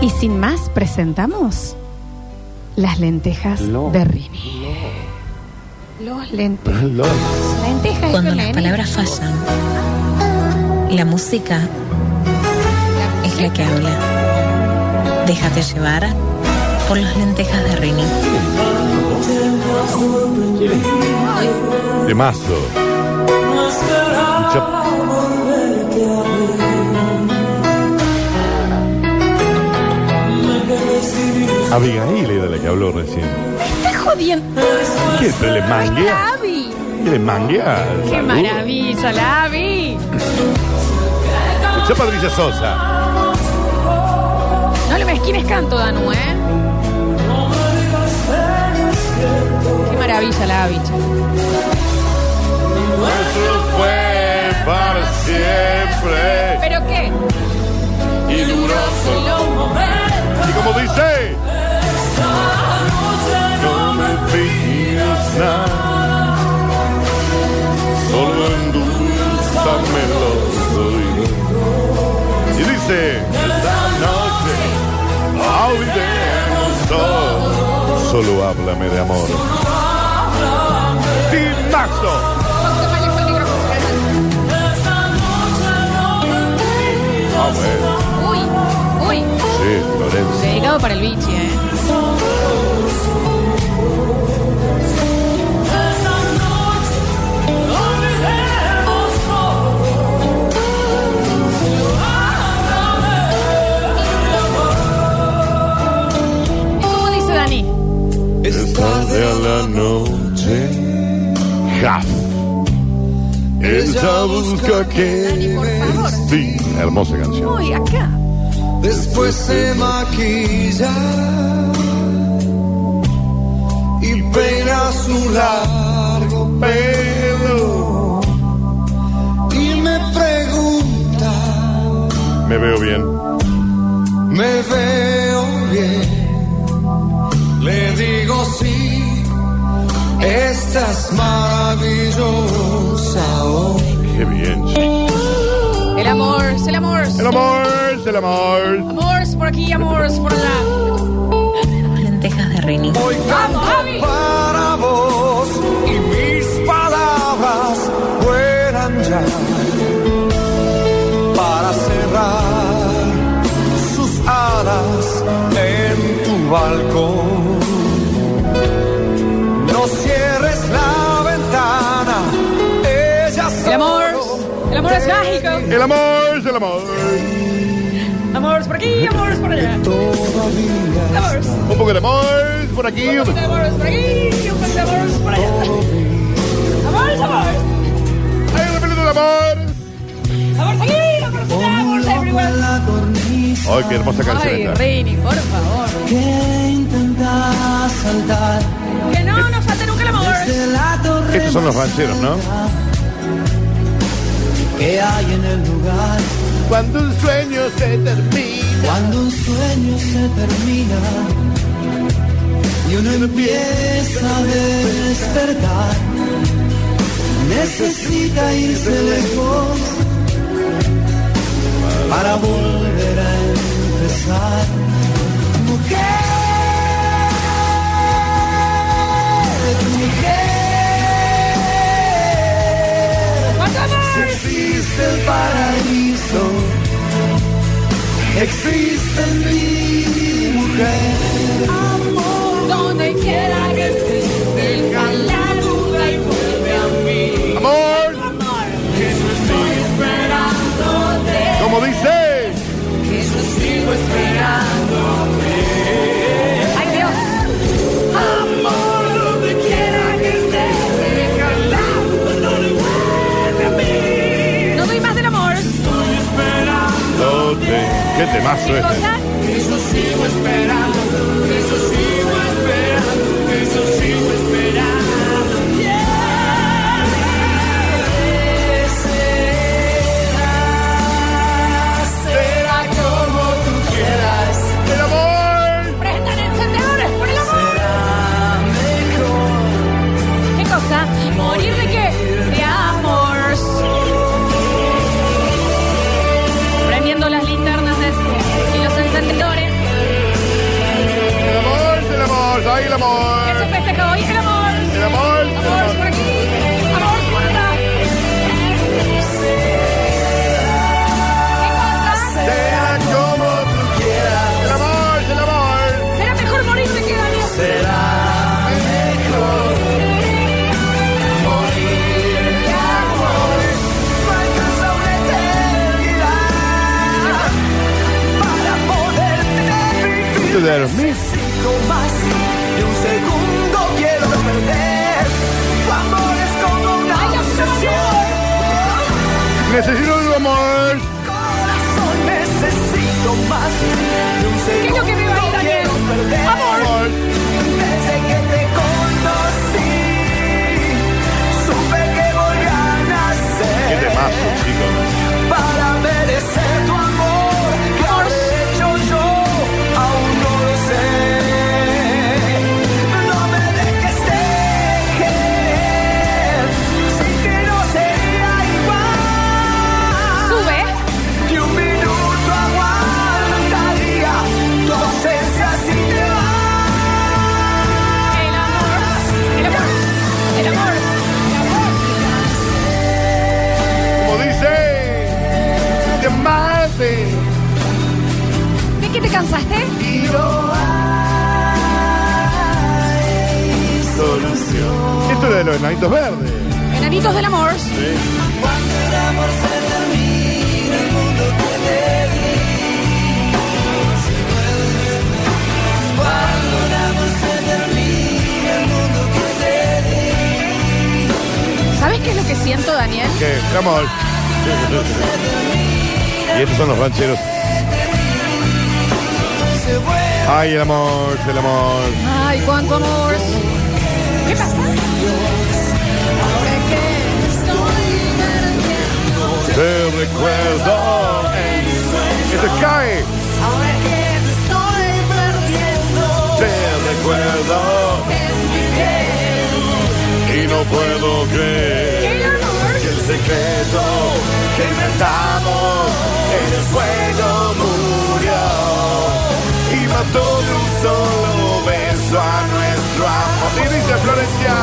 Y sin más, presentamos las lentejas Lo. de Rini. Los lentejas. Lo- Lentejas Cuando es las femenino. palabras fallan, la música La es la que habla. Déjate llevar por las lentejas de Rini. De mazo. Mucha- Abigail era la que habló recién. Está jodiendo. ¿Qué? ¿Pero ¿Le La manguea? Abby. ¿Qué ¿Le manguea? Qué Saludo. maravilla, la Abby. Escuchá, Patricia Sosa. No le mezquines canto, Danu, ¿eh? Qué maravilla la Abby. che. fue para siempre ¿Pero qué? y Y como dice, no me pidas nada, solo endulzame los oídos. Y dice, esta noche, olvidemos todo, solo háblame de amor. ¡Timazo! Ah, bueno, Uy, uy. sí, Florencia. Dedicado para el bichi, ¿eh? ¿Cómo dice Dani? Es tarde a la noche. Jaf. Ella busca Dani, que. por favor. Sí, hermosa canción. Uy, acá. Después se maquilla y peina su largo Pero y me pregunta, me veo bien. me veo bien. Le digo sí, estás maravillosa hoy. Qué bien, chicos. El amor, el amor. El amor, el amor. Amor por aquí, amor por allá. Las lentejas de Rini. Hoy canto Vamos, Abby. para vos y mis palabras fueran ya para cerrar sus alas en tu balcón. No cierres la ventana, ella El amor, solo el amor es te mágico. El amor, el amor. Amor por aquí, amor por allá. Todavía Amor, Un poco de amor por aquí. amor por aquí, amor por allá. Amor, amor. Hay una pelota de amor. Amor aquí, amor por allá, amor everywhere. la cornisa Ay, qué hermosa canción Ay, esta. Rini, por favor. que intentas saltar Que no nos falte nunca el amor. de la torre. Estos son los rancheros, ¿no? que hay en el lugar Cuando un sueño se termina. cuando un sueño se termina y uno empieza a despertar. Necesita irse lejos para volver a empezar. Mujer, mujer. ¿Cuánto amor? Existe el paraíso, existe en mi mujer. Donde quiera que estés, deja la duda y vuelve a mí. Amor, Amor, como dice. ay Dios. Amor, donde quiera que estés, deja la duda y vuelve a mí. No doy más del amor. Lote. Qué temazo este. Cosa, Será como tú quieras, El amor. prestan encendedores por el amor. será mejor. ¿Qué cosa? ¿Morir de qué? De amor. Prendiendo las linternas de- y este los encendedores. este. te dormís. Necesito más de un segundo quiero perder. Tu amor es como una obsesión. Necesito un amor. Corazón, necesito más de un segundo es lo que me va a ir, Daniel? quiero perder. Amor. Desde que te conocí, supe que volví a nacer. Qué temazo, chicos. para merecer tu amor. ¿Qué habré hecho yo? Aún no lo sé. No me dejes de querer. Sin ti no sería igual. Sube. Ni un minuto aguantaría. Tu ausencia si te vas. El amor. El amor. El amor. El amor. Como dice. Te mate. ¿De qué te cansaste? Y no hay Solución. Esto era de los enanitos verdes. Enanitos del amor. Cuando el amor se termina, el mundo puede ir. Cuando el amor se termina, el mundo puede ir. ¿Sabes qué es lo que siento, Daniel? Que estamos. Y estos son los rancheros. Se vuelve Ay, el amor, el amor. Ay, cuánto amor. ¿Qué pasa? Te recuerdo. Esto es CAE. ahora que te estoy perdiendo. Te recuerdo. Y no puedo creer. El amor. El secreto que inventamos en el fuego murió y mató de un solo beso a nuestro amor. Y dice Florencia,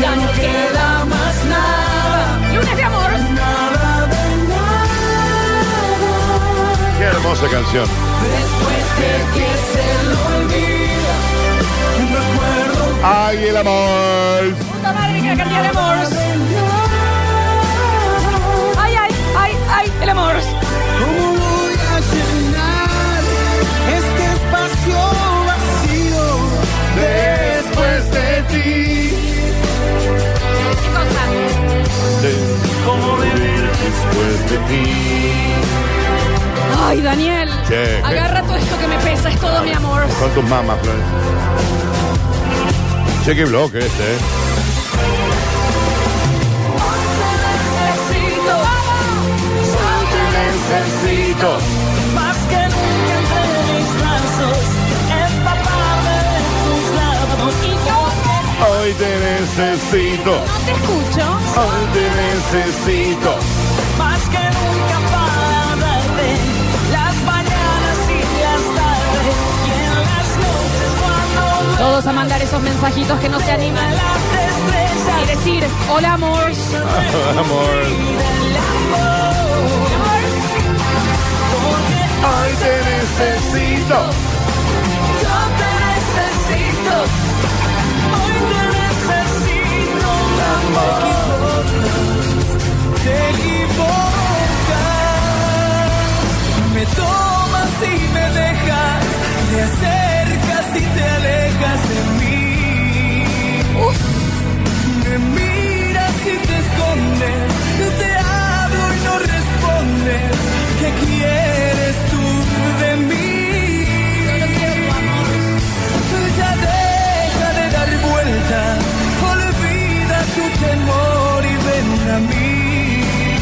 Ya no queda más nada. Lunes de amor. qué hermosa canción. Ay, el amor. Puta madre que la cantidad de amor. Ay, ay, ay, ay, el amor. ¿Cómo voy a llenar este espacio vacío? Después de ti. ¿Qué cosa? ¿Cómo vivir después de ti? Ay, Daniel. Che, Agarra todo esto que me pesa, es todo mi amor. Son tus mamas, Florencia. Che, qué bloque este, ¿eh? Necesito. Necesito. Más que nunca entre mis brazos, empapame de tus labios. Y yo Hoy te necesito. no te escucho. Hoy te necesito. Más que nunca para darte las mañanas y las tardes y en las noches cuando Todos a mandar esos mensajitos que no se animan. las estrellas Y decir, hola amor. Amor. Hoy te necesito. yo te necesito, hoy te necesito, amor, te equivocas, me tomas y me dejas, te acercas y te alejas de mí. Me miras y te escondes, yo te hablo y no respondes. ¿Qué quieres tú de mí? Ya deja de dar vueltas, olvida tu temor y ven a mí.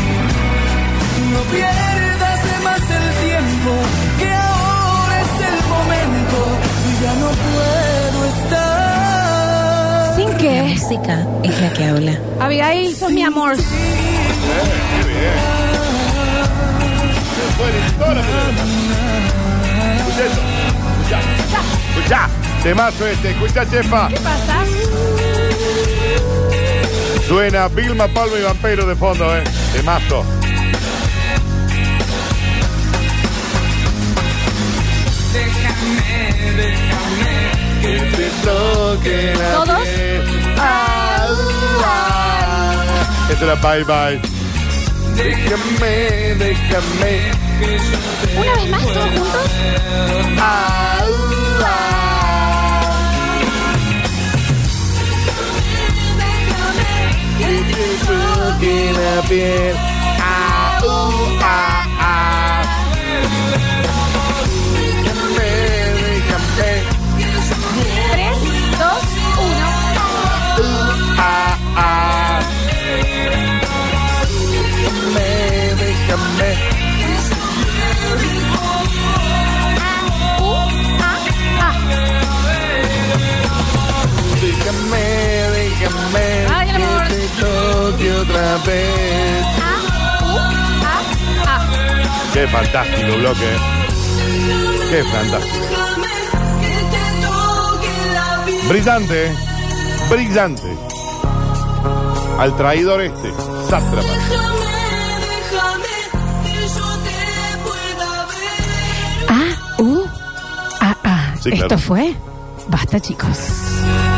No pierdas más el tiempo, que ahora es el momento y ya no puedo estar. ¿Sin La qué? música es la que habla. Abigail, sos mi amor. Qué bien. Se fue el- toda la pelota. Escucha eso. Escucha. Escucha. Temazo este. Escucha, chefa. ¿Qué pasa? Suena Vilma Palma y Vampiro de fondo, ¿eh? Temazo. Déjame, déjame que te toque la ¿Todos? Ah, piel. Esto era Bye Bye. Déjame, déjame Una vez más, todos juntos. À, ừ Tres, À, ừ dos, uno. À, U, A, A. Déjame, déjame Ay, el amor. que te toque otra vez. A, U, A, A. Qué fantástico bloque. Qué fantástico. Brillante, brillante. Al traidor este, sátrapa. A, U, A, A. Sí, claro. Esto fue Basta, chicos.